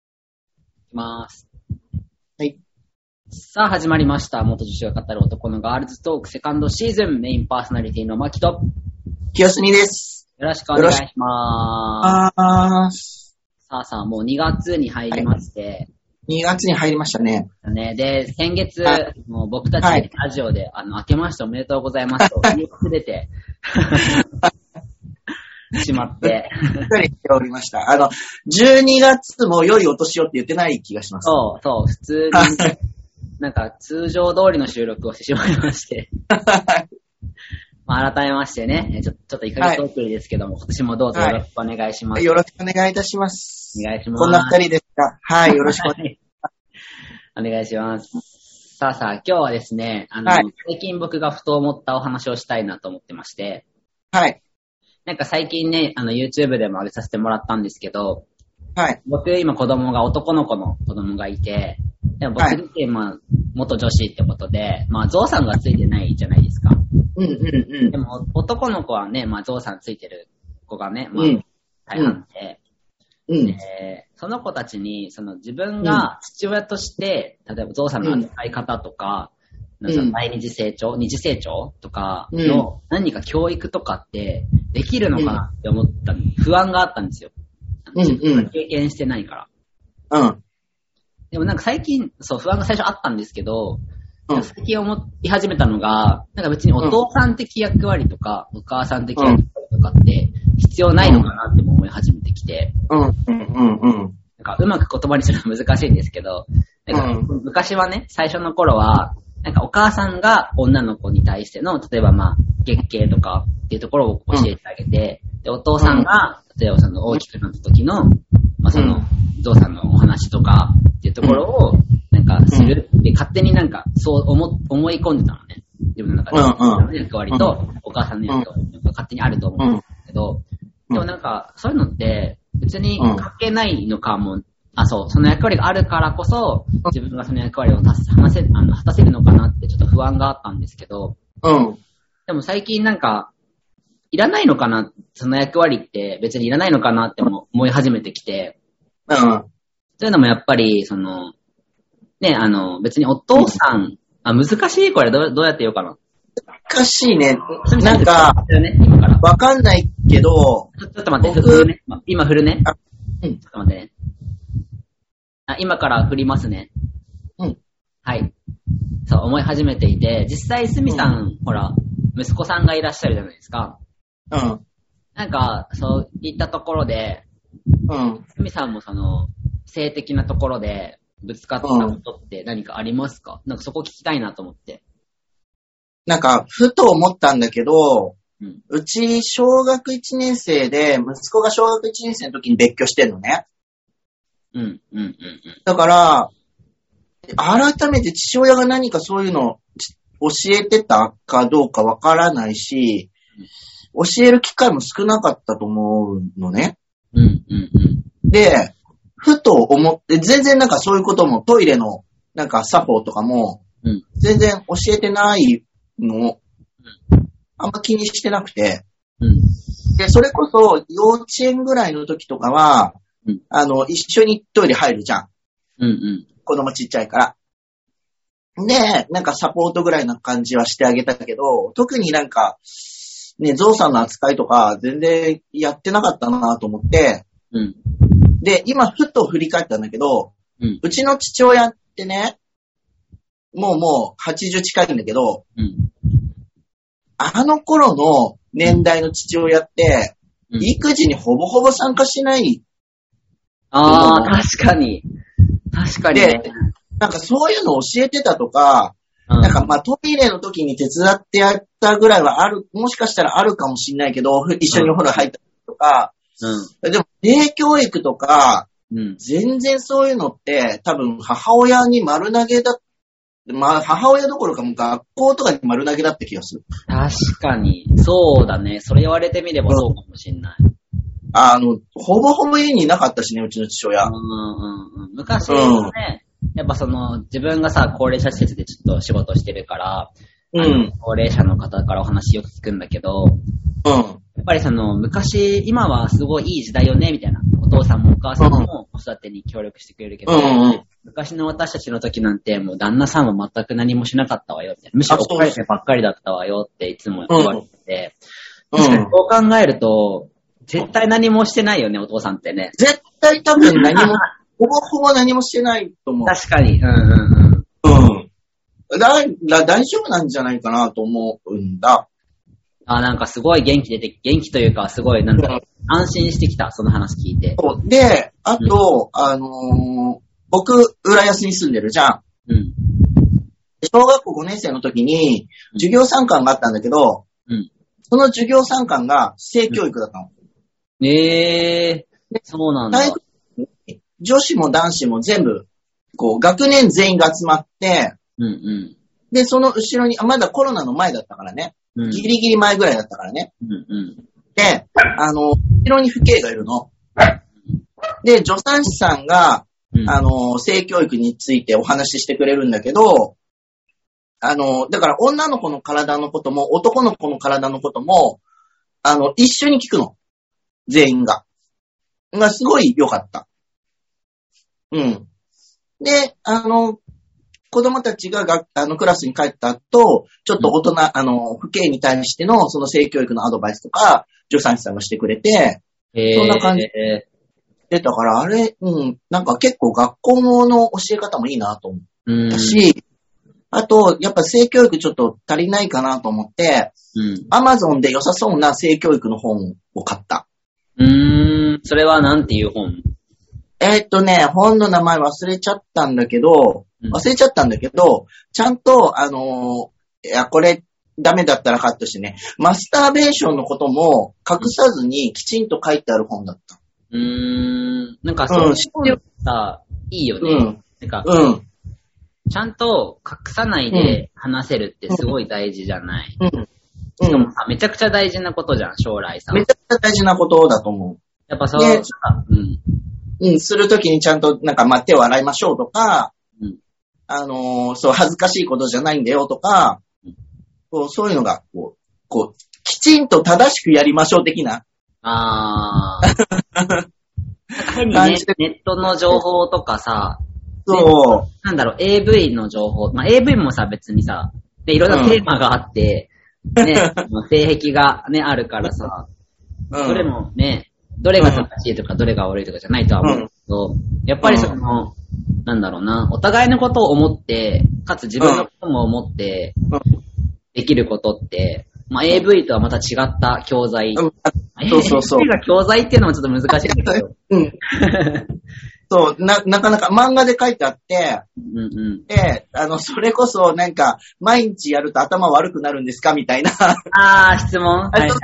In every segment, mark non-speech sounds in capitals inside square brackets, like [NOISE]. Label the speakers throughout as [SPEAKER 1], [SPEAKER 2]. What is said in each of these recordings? [SPEAKER 1] いきます。
[SPEAKER 2] はい。
[SPEAKER 1] さあ、始まりました。元女子が語る男のガールズトークセカンドシーズンメインパーソナリティのマキと、よ
[SPEAKER 2] 清澄です。
[SPEAKER 1] ろしくお願いします。
[SPEAKER 2] あ
[SPEAKER 1] さ
[SPEAKER 2] ー、
[SPEAKER 1] あさあ、もう2月に入りまして、
[SPEAKER 2] 2月に入りましたね。
[SPEAKER 1] ね、で、先月
[SPEAKER 2] は、
[SPEAKER 1] もう僕た
[SPEAKER 2] は
[SPEAKER 1] ち
[SPEAKER 2] い
[SPEAKER 1] ラジオで、あの、明けましておめでとうござい [LAUGHS] ますと言い忘れて、しまって、
[SPEAKER 2] しっかりしておりました。あの、12月も良いお年をって言ってない気がします。
[SPEAKER 1] そうそう、普通に、なんか通常通りの収録をしてしまいま
[SPEAKER 2] [LAUGHS]
[SPEAKER 1] して。まあ改めましてね、ちょちょっと1ヶ月遅れですけども、今年もどうぞよろしくお願いします。
[SPEAKER 2] よろしくお願いいたします。
[SPEAKER 1] お願いします。
[SPEAKER 2] こんな二人ですが、はい、よろしくお願い
[SPEAKER 1] はいお願いします。さあさあ、今日はですね、あの、
[SPEAKER 2] はい
[SPEAKER 1] 最近僕がふと思ったお話をしたいなと思ってまして、
[SPEAKER 2] はい、
[SPEAKER 1] なんか最近ね、あの、YouTube でも上げさせてもらったんですけど、
[SPEAKER 2] はい、
[SPEAKER 1] 僕、今子供が男の子の子供がいて、でも僕
[SPEAKER 2] はい
[SPEAKER 1] 自身、まあ、元女子ってことで、まあ、ゾウさんがついてないじゃないですか。
[SPEAKER 2] うん、うん、うん
[SPEAKER 1] で。も、男の子はね、まあ、ゾウさんついてる子がね、まあ
[SPEAKER 2] うん、
[SPEAKER 1] 大半で、
[SPEAKER 2] うん、
[SPEAKER 1] えーその子たちに、その自分が父親として、例えばゾウさんの扱い方とか、
[SPEAKER 2] うん
[SPEAKER 1] なんか
[SPEAKER 2] うん
[SPEAKER 1] 第二次成長、二次成長とか
[SPEAKER 2] うん
[SPEAKER 1] の何か教育とかってできるのかなって思った、不安があったんですよ。
[SPEAKER 2] うんうん
[SPEAKER 1] 経験してないから。
[SPEAKER 2] うん、
[SPEAKER 1] でもなんか最近、そう、不安が最初あったんですけど、
[SPEAKER 2] うん、
[SPEAKER 1] 最近思い始めたのが、なんか別にお父さん的役割とか、お母さん的役割とかって必要ないのかなっても思い始めてきて、
[SPEAKER 2] うん、うん、うん、
[SPEAKER 1] なんかうまく言葉にするのは難しいんですけど、なんか
[SPEAKER 2] う
[SPEAKER 1] 昔はね、最初の頃は、なんかお母さんが女の子に対しての、例えばまあ、月経とかっていうところを教えてあげて、で、お父さんが、例えばその大きくなった時の、まあその
[SPEAKER 2] うん、
[SPEAKER 1] お父さんのお話とかっていうところを、なんかする、で、勝手になんか、そう思、思い込んでたのね。自分の中で。
[SPEAKER 2] うんうん
[SPEAKER 1] 役割と、お母さんの役割が勝手にあると思うんですけど、
[SPEAKER 2] うん
[SPEAKER 1] でもなんか、そういうのって、別に
[SPEAKER 2] うん
[SPEAKER 1] 関係ないのかも、あ、そう、その役割があるからこそ、自分がその役割を達せ話せあの果たせるのかなってちょっと不安があったんですけど、
[SPEAKER 2] うん、
[SPEAKER 1] でも最近なんか、いらないのかな、その役割って別にいらないのかなっても思い始めてきて、
[SPEAKER 2] うん、
[SPEAKER 1] というのもやっぱり、その、ね、あの、別にお父さん、あ、難しいこれどうどうやって言おうかな。
[SPEAKER 2] おかしいね。なんか、、
[SPEAKER 1] ね、今から。
[SPEAKER 2] わかんないけど、
[SPEAKER 1] ちょちょっと待って、
[SPEAKER 2] 僕
[SPEAKER 1] 振るね。ま今振るね。
[SPEAKER 2] あうん
[SPEAKER 1] ちょっと待ってね。あ、今から振りますね。
[SPEAKER 2] うん、
[SPEAKER 1] はい。そう、思い始めていて、実際、すみさん、ほら、息子さんがいらっしゃるじゃないですか。
[SPEAKER 2] うん、
[SPEAKER 1] なんか、そういったところで、
[SPEAKER 2] うん。
[SPEAKER 1] すみさんもその、性的なところで、ぶつかったことって何かありますか、なんかそこ聞きたいなと思って。
[SPEAKER 2] なんか、ふと思ったんだけど、
[SPEAKER 1] うん。
[SPEAKER 2] うち、小学1年生で、息子が小学1年生の時に別居してんのね。
[SPEAKER 1] うん、うん、うん、うん。
[SPEAKER 2] だから、改めて父親が何かそういうのち教えてたかどうかわからないし、教える機会も少なかったと思うのね。
[SPEAKER 1] うん、うん、うん。
[SPEAKER 2] で、ふと思って、全然なんかそういうこともトイレのなんか作法とかも
[SPEAKER 1] うん、
[SPEAKER 2] 全然教えてないのを、あんま気にしてなくて、
[SPEAKER 1] うん。
[SPEAKER 2] で、それこそ、幼稚園ぐらいの時とかは、
[SPEAKER 1] うん
[SPEAKER 2] あの、一緒にトイレ入るじゃん。
[SPEAKER 1] うん、うん。
[SPEAKER 2] 子供ちっちゃいから。で、なんかサポートぐらいな感じはしてあげたけど、特になんか、ね、ゾウさんの扱いとか、全然やってなかったなと思って、
[SPEAKER 1] うん。
[SPEAKER 2] で、今、ふっと振り返ったんだけど、
[SPEAKER 1] うん
[SPEAKER 2] うちの父親ってね、もうもう80近いんだけど、
[SPEAKER 1] うん。
[SPEAKER 2] あの頃の年代の父親って、
[SPEAKER 1] うん
[SPEAKER 2] 育児にほぼほぼ参加しない。
[SPEAKER 1] ああ、確かに。確かにね。
[SPEAKER 2] でなんかそういうのを教えてたとか、
[SPEAKER 1] うん
[SPEAKER 2] なんかまあトイレの時に手伝ってやったぐらいはある、もしかしたらあるかもしんないけど、ふ一緒にお風呂入ったりとか、でも性教育とか、
[SPEAKER 1] うん。うん。
[SPEAKER 2] 全然そういうのって多分母親に丸投げだ、まあ母親どころかもう学校とかに丸投げだった気がする。
[SPEAKER 1] 確かに。そうだね。それ言われてみればそうかもしんない。
[SPEAKER 2] あの、ほぼほぼ家にいなかったしね、うちの父親
[SPEAKER 1] うん。うんうん、昔はね、やっぱその、自分がさ、高齢者施設でちょっと仕事してるから、
[SPEAKER 2] う
[SPEAKER 1] あの
[SPEAKER 2] ん。
[SPEAKER 1] 高齢者の方からお話よく聞くんだけど、
[SPEAKER 2] うん。
[SPEAKER 1] やっぱりその、昔、今はすごいいい時代よね、みたいな。おお父さんもお母さんも子育てに協力してくれるけど、
[SPEAKER 2] うんうん。
[SPEAKER 1] 昔の私たちの時なんて、もう旦那さんは全く何もしなかったわよって、むしろ
[SPEAKER 2] あそう
[SPEAKER 1] 怒られてばっかりだったわよっていつも言われてて、
[SPEAKER 2] うん
[SPEAKER 1] 確かにそう考えると、絶対何もしてないよね、お父さんってね。
[SPEAKER 2] 絶対多分何も、ほぼほぼ何もしてないと思う。
[SPEAKER 1] 確かに。うんうんうん。
[SPEAKER 2] うん。だ、だ、大丈夫なんじゃないかなと思うんだ。
[SPEAKER 1] あ、なんかすごい元気出て、元気というか、すごい、なんだろう、安心してきた、その話聞いて。
[SPEAKER 2] そうで、あと、あのー僕、浦安に住んでるじゃん。
[SPEAKER 1] うん。
[SPEAKER 2] 小学校5年生の時に、授業参観があったんだけど、
[SPEAKER 1] うん。
[SPEAKER 2] その授業参観が性教育だったの。
[SPEAKER 1] ええー、そうなんだ
[SPEAKER 2] 体。育女子も男子も全部、こう、学年全員が集まって、
[SPEAKER 1] うんうん。
[SPEAKER 2] で、その後ろに、あまだコロナの前だったからね。
[SPEAKER 1] うん
[SPEAKER 2] ギリギリ前ぐらいだったからね。
[SPEAKER 1] うんうん。
[SPEAKER 2] で、あの、後ろに父兄がいるの。で、助産師さんが、
[SPEAKER 1] うん
[SPEAKER 2] あの、性教育についてお話ししてくれるんだけど、あの、だから女の子の体のことも男の子の体のことも、あの、一緒に聞くの。全員が。が、すごい良かった。うん。で、あの、子供たちががあのクラスに帰った後、ちょっと大人、あの、父兄に対してのその性教育のアドバイスとか、助産師さんがしてくれて、
[SPEAKER 1] えー、
[SPEAKER 2] そんな感じ
[SPEAKER 1] え
[SPEAKER 2] で、だからあれ、うん、なんか結構学校の教え方もいいなと思っ
[SPEAKER 1] ーうん。
[SPEAKER 2] たし、あと、やっぱ性教育ちょっと足りないかなと思って、
[SPEAKER 1] うん。
[SPEAKER 2] アマゾンで良さそうな性教育の本を買った。
[SPEAKER 1] うーん。それはなんていう本
[SPEAKER 2] えーっとね、本の名前忘れちゃったんだけど、
[SPEAKER 1] うん
[SPEAKER 2] 忘れちゃったんだけど、ちゃんと、あのーいや、これ、ダメだったらカットしてね、マスターベーションのことも隠さずにきちんと書いてある本だった。
[SPEAKER 1] うーん。なんかそううん知ってるさ、いいよね。
[SPEAKER 2] うん。
[SPEAKER 1] なんか、
[SPEAKER 2] うん。
[SPEAKER 1] ちゃんと隠さないで話せるってすごい大事じゃない。
[SPEAKER 2] うん。
[SPEAKER 1] しか
[SPEAKER 2] う
[SPEAKER 1] も
[SPEAKER 2] ん。
[SPEAKER 1] さ、めちゃくちゃ大事なことじゃん、将来さ。
[SPEAKER 2] めちゃくちゃ大事なことだと思う。
[SPEAKER 1] やっぱそう、
[SPEAKER 2] ね
[SPEAKER 1] うん。
[SPEAKER 2] うん、するときにちゃんと、なんか、まあ、手を洗いましょうとか、
[SPEAKER 1] うん
[SPEAKER 2] あのーそう、恥ずかしいことじゃないんだよとか
[SPEAKER 1] うん、
[SPEAKER 2] こうそういうのが、こう、こう、きちんと正しくやりましょう的な。
[SPEAKER 1] あ
[SPEAKER 2] [LAUGHS]
[SPEAKER 1] ー。変に
[SPEAKER 2] 感
[SPEAKER 1] ね
[SPEAKER 2] じで、
[SPEAKER 1] ネットの情報とかさ、
[SPEAKER 2] そ
[SPEAKER 1] なんだろう、AV の情報。まあ、AV もさ、別にさ、で、いろんなテーマがあって、
[SPEAKER 2] [LAUGHS]
[SPEAKER 1] ね、まあ性癖がね、あるからさ、
[SPEAKER 2] う。うん、
[SPEAKER 1] どれもね、どれが正しいとか、どれが悪いとかじゃないとは思うけど、やっぱりその、なんだろうな、お互いのことを思って、かつ自分のことも思って
[SPEAKER 2] うん、
[SPEAKER 1] できることって、まあ、AV とはまた違った教材。
[SPEAKER 2] うん。あそうそうそう
[SPEAKER 1] AV が教材っていうのもちょっと難しいん
[SPEAKER 2] [LAUGHS]
[SPEAKER 1] だけど。
[SPEAKER 2] うん。そう、な、なかなか漫画で書いてあって、
[SPEAKER 1] うんうん。
[SPEAKER 2] で、あの、それこそ、なんか、毎日やると頭悪くなるんですかみたいな、 [LAUGHS]
[SPEAKER 1] あー、質問はいはいはい。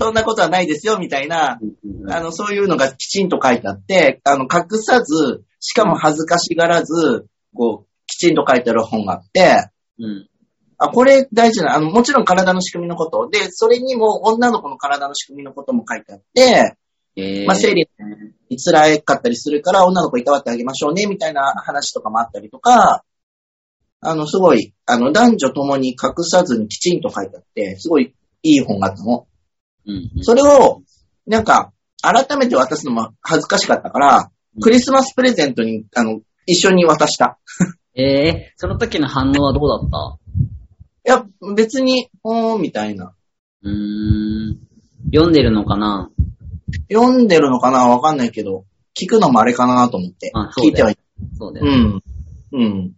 [SPEAKER 2] そんなことはないですよ、みたいな、
[SPEAKER 1] うんうん
[SPEAKER 2] あの、そういうのがきちんと書いてあって、あの、隠さず、しかも恥ずかしがらず、こう、きちんと書いてある本があって、
[SPEAKER 1] うん。
[SPEAKER 2] あ、これ大事な、あの、もちろん体の仕組みのこと。で、それにも女の子の体の仕組みのことも書いてあって、
[SPEAKER 1] えー
[SPEAKER 2] まあ、生理に辛かったりするから、女の子いたわってあげましょうね、みたいな話とかもあったりとか、あの、すごい、あの、男女ともに隠さずにきちんと書いてあって、すごいいい本があったの。
[SPEAKER 1] うん
[SPEAKER 2] それを、なんか、改めて渡すのも恥ずかしかったから、クリスマスプレゼントに、あの、一緒に渡した。
[SPEAKER 1] ええその時の反応はどうだった
[SPEAKER 2] いや、別に、ほーん、みたいな。
[SPEAKER 1] うーん。読んでるのかな
[SPEAKER 2] 読んでるのかなわかんないけど、聞くのもあれかなと思って
[SPEAKER 1] あ。そ
[SPEAKER 2] 聞
[SPEAKER 1] う
[SPEAKER 2] い
[SPEAKER 1] だ
[SPEAKER 2] て
[SPEAKER 1] よ
[SPEAKER 2] はい
[SPEAKER 1] そうだよ、
[SPEAKER 2] う
[SPEAKER 1] ね
[SPEAKER 2] ん。うん。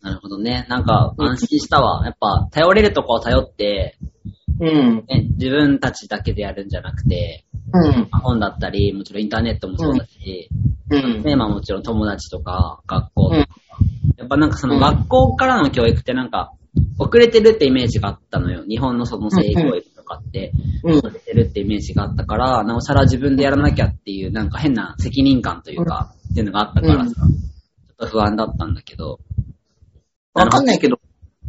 [SPEAKER 1] なるほどね。なんか、安心したわ。やっぱ、頼れるとこを頼って、
[SPEAKER 2] うん。
[SPEAKER 1] ね、自分たちだけでやるんじゃなくて、
[SPEAKER 2] うん。
[SPEAKER 1] まあ本だったり、もちろんインターネットもそうだし、
[SPEAKER 2] うん。
[SPEAKER 1] ね、まあもちろん友達とか、学校とか、
[SPEAKER 2] うん
[SPEAKER 1] やっぱなんかその
[SPEAKER 2] うん
[SPEAKER 1] 学校からの教育ってなんか、遅れてるってイメージがあったのよ。日本のその性教育とかって、
[SPEAKER 2] うん。
[SPEAKER 1] 遅れてるってイメージがあったから、なおさら自分でやらなきゃっていう、なんか変な責任感というか、っていうのがあったからさ、ちょっと不安だったんだけど。
[SPEAKER 2] わかんないけど、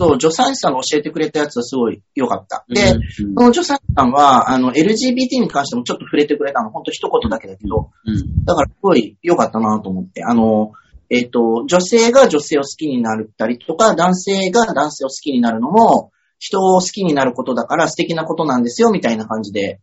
[SPEAKER 2] そう、助産師さんが教えてくれたやつはすごい良かった。で、
[SPEAKER 1] うん
[SPEAKER 2] その助産師さんは、あの、LGBT に関してもちょっと触れてくれたの、ほんと一言だけだけど、
[SPEAKER 1] うん
[SPEAKER 2] だからすごい良かったなと思って。あの、えっ、と、女性が女性を好きになったりとか、男性が男性を好きになるのも、人を好きになることだから素敵なことなんですよ、みたいな感じで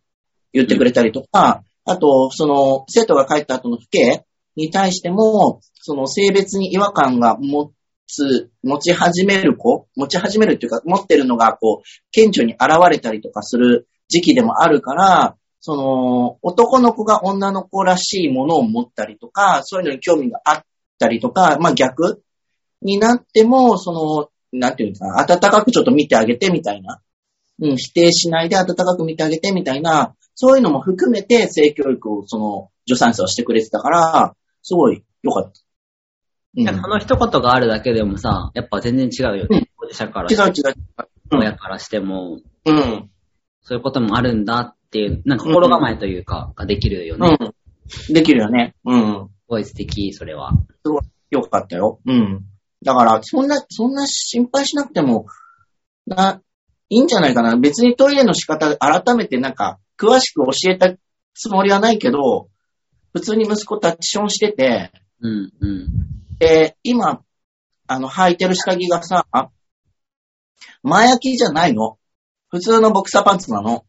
[SPEAKER 2] 言ってくれたりとか、あと、その、生徒が帰った後の父兄に対しても、その性別に違和感が持つ、持ち始める子、持ち始めるっていうか、持ってるのが、こう、顕著に現れたりとかする時期でもあるから、その、男の子が女の子らしいものを持ったりとか、そういうのに興味があったりとか、まあ逆になっても、その、なんていうかな、温かくちょっと見てあげてみたいな。うん、否定しないで温かく見てあげてみたいな、そういうのも含めて性教育をその助産師はしてくれてたから、すごい良かった。うん、違
[SPEAKER 1] なんかその一言があるだけでもさ、やっぱ全然違うよね。当事者から、
[SPEAKER 2] う違う。うん
[SPEAKER 1] 親からしても、
[SPEAKER 2] うん。
[SPEAKER 1] そういうこともあるんだっていう、なんか心構えというか、ができるよね。
[SPEAKER 2] うん。できるよね。うん。
[SPEAKER 1] すごい素敵、それは。
[SPEAKER 2] 良かったよ。うん。だから、そんな、そんな心配しなくても、な、いいんじゃないかな。別にトイレの仕方、改めてなんか、詳しく教えたつもりはないけど、普通に息子タッチションしてて、
[SPEAKER 1] うん、うん。
[SPEAKER 2] で、今、あの、履いてる下着がさ、前焼きじゃないの。普通のボクサーパンツなの。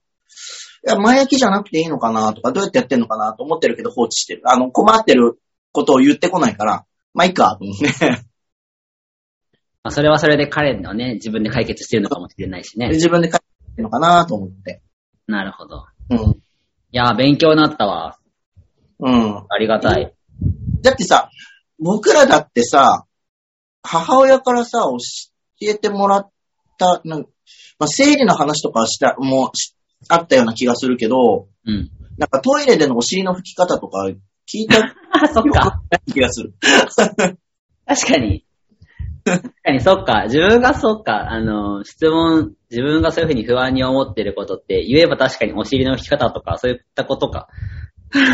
[SPEAKER 2] いや、前焼きじゃなくていいのかなとか、どうやってやってんのかなと思ってるけど放置してる。あの、困ってることを言ってこないから、まあ、いいか、と思ってね。
[SPEAKER 1] まあ、それはそれで彼のね、自分で解決してるのかもしれないしね。
[SPEAKER 2] 自分で書いてるのかなと思って。
[SPEAKER 1] なるほど。
[SPEAKER 2] うん。
[SPEAKER 1] いやー、勉強になったわ。
[SPEAKER 2] うん。
[SPEAKER 1] ありがたい。
[SPEAKER 2] だってさ、僕らだってさ、母親からさ、教えてもらった、なんまあ、生理の話とかはした、もうし、あったような気がするけど、
[SPEAKER 1] うん。
[SPEAKER 2] なんかトイレでのお尻の拭き方とか聞いたよ
[SPEAKER 1] あ、そっ
[SPEAKER 2] う
[SPEAKER 1] か。
[SPEAKER 2] な気がする。
[SPEAKER 1] 確かに。確かに、そっか。自分がそっか、あの、質問、自分がそういうふうに不安に思ってることって、言えば確かにお尻の引き方とか、そういったことか。
[SPEAKER 2] そう。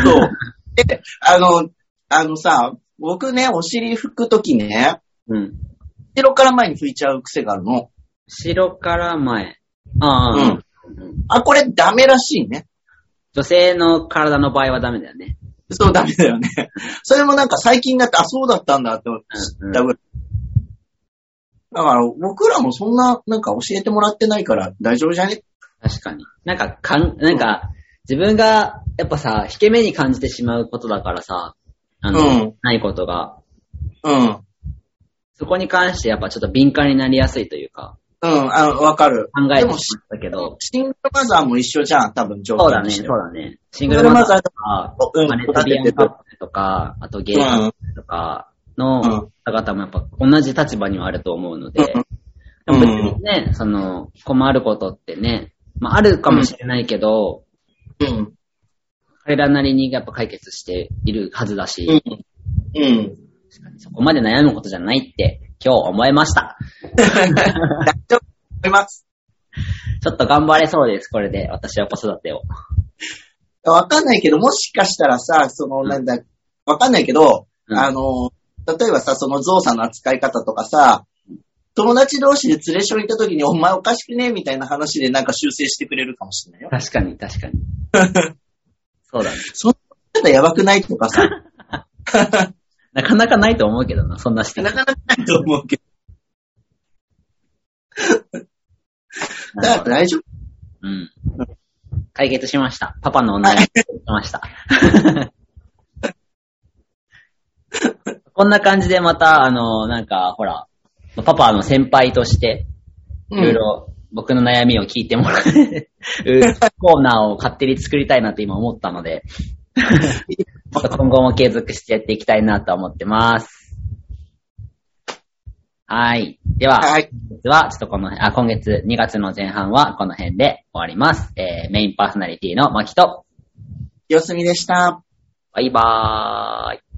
[SPEAKER 2] で、あの、あのさ、僕ね、お尻拭くときね、
[SPEAKER 1] うん。
[SPEAKER 2] 後ろから前に拭いちゃう癖があるの。
[SPEAKER 1] 後ろから前。ああ、
[SPEAKER 2] うん
[SPEAKER 1] うん
[SPEAKER 2] あ、これダメらしいね。
[SPEAKER 1] 女性の体の場合はダメだよね。
[SPEAKER 2] そうダメだよね。 [LAUGHS] それもなんか最近になって、あ、そうだったんだって思って
[SPEAKER 1] う
[SPEAKER 2] 知
[SPEAKER 1] んうん
[SPEAKER 2] ったぐらい。だから、僕らもそんな、なんか教えてもらってないから大丈夫じゃね
[SPEAKER 1] 確かに。なんか、かん、なんか、自分が、やっぱさ、引け目に感じてしまうことだからさ、あの、
[SPEAKER 2] うん
[SPEAKER 1] ないことが、
[SPEAKER 2] うん。
[SPEAKER 1] そこに関してやっぱちょっと敏感になりやすいというか、
[SPEAKER 2] うん、あわかる。
[SPEAKER 1] 考えてしま
[SPEAKER 2] でも
[SPEAKER 1] ったけど、
[SPEAKER 2] シングルマザーも一緒じゃん、多分、状
[SPEAKER 1] そうだ
[SPEAKER 2] 態と
[SPEAKER 1] ね、
[SPEAKER 2] し
[SPEAKER 1] そう
[SPEAKER 2] ては
[SPEAKER 1] だね。シングルマザーとか、
[SPEAKER 2] うん
[SPEAKER 1] マネタリアンカップルとか、あとゲイカップルとかの
[SPEAKER 2] うん
[SPEAKER 1] 方々もやっぱ同じ立場にはあると思うので、で
[SPEAKER 2] うん
[SPEAKER 1] も別にね、その、困ることってね、まああるかもしれないけど、
[SPEAKER 2] うん。
[SPEAKER 1] 彼らなりにやっぱ解決しているはずだし、
[SPEAKER 2] うん。うん。
[SPEAKER 1] そこまで悩むことじゃないって今日思いました。
[SPEAKER 2] 大丈夫思います。
[SPEAKER 1] ちょっと頑張れそうです、これで。私は子育てを。
[SPEAKER 2] わかんないけど、もしかしたらさ、その、
[SPEAKER 1] うん
[SPEAKER 2] なんだ、わかんないけど、
[SPEAKER 1] うん
[SPEAKER 2] あの、例えばさ、そのゾウさんの扱い方とかさ、友達同士で連れ所行った時に、お前おかしくねみたいな話でなんか修正してくれるかもしれないよ。
[SPEAKER 1] 確かに、確かに。 [LAUGHS] そうだね。
[SPEAKER 2] そんなやばくないとかさ、
[SPEAKER 1] [LAUGHS] なかなかないと思うけどな、そんな指摘
[SPEAKER 2] なかなかないと思うけど、だから大丈夫。
[SPEAKER 1] うん。解決しました。パパのお悩み解決しました。 [LAUGHS] こんな感じでまた、あの、なんか、ほら、パパの先輩として、いろいろ僕の悩みを聞いてもらう、コーナーを勝手に作りたいなって今思ったので、ちょっと今後も継続してやっていきたいなと思ってます。はい。では、
[SPEAKER 2] はい。
[SPEAKER 1] 今月は、ちょっとこの辺、あ、今月2月の前半はこの辺で終わります。えー、メインパーソナリティのマキと、
[SPEAKER 2] 四隅でした。
[SPEAKER 1] バイバーイ。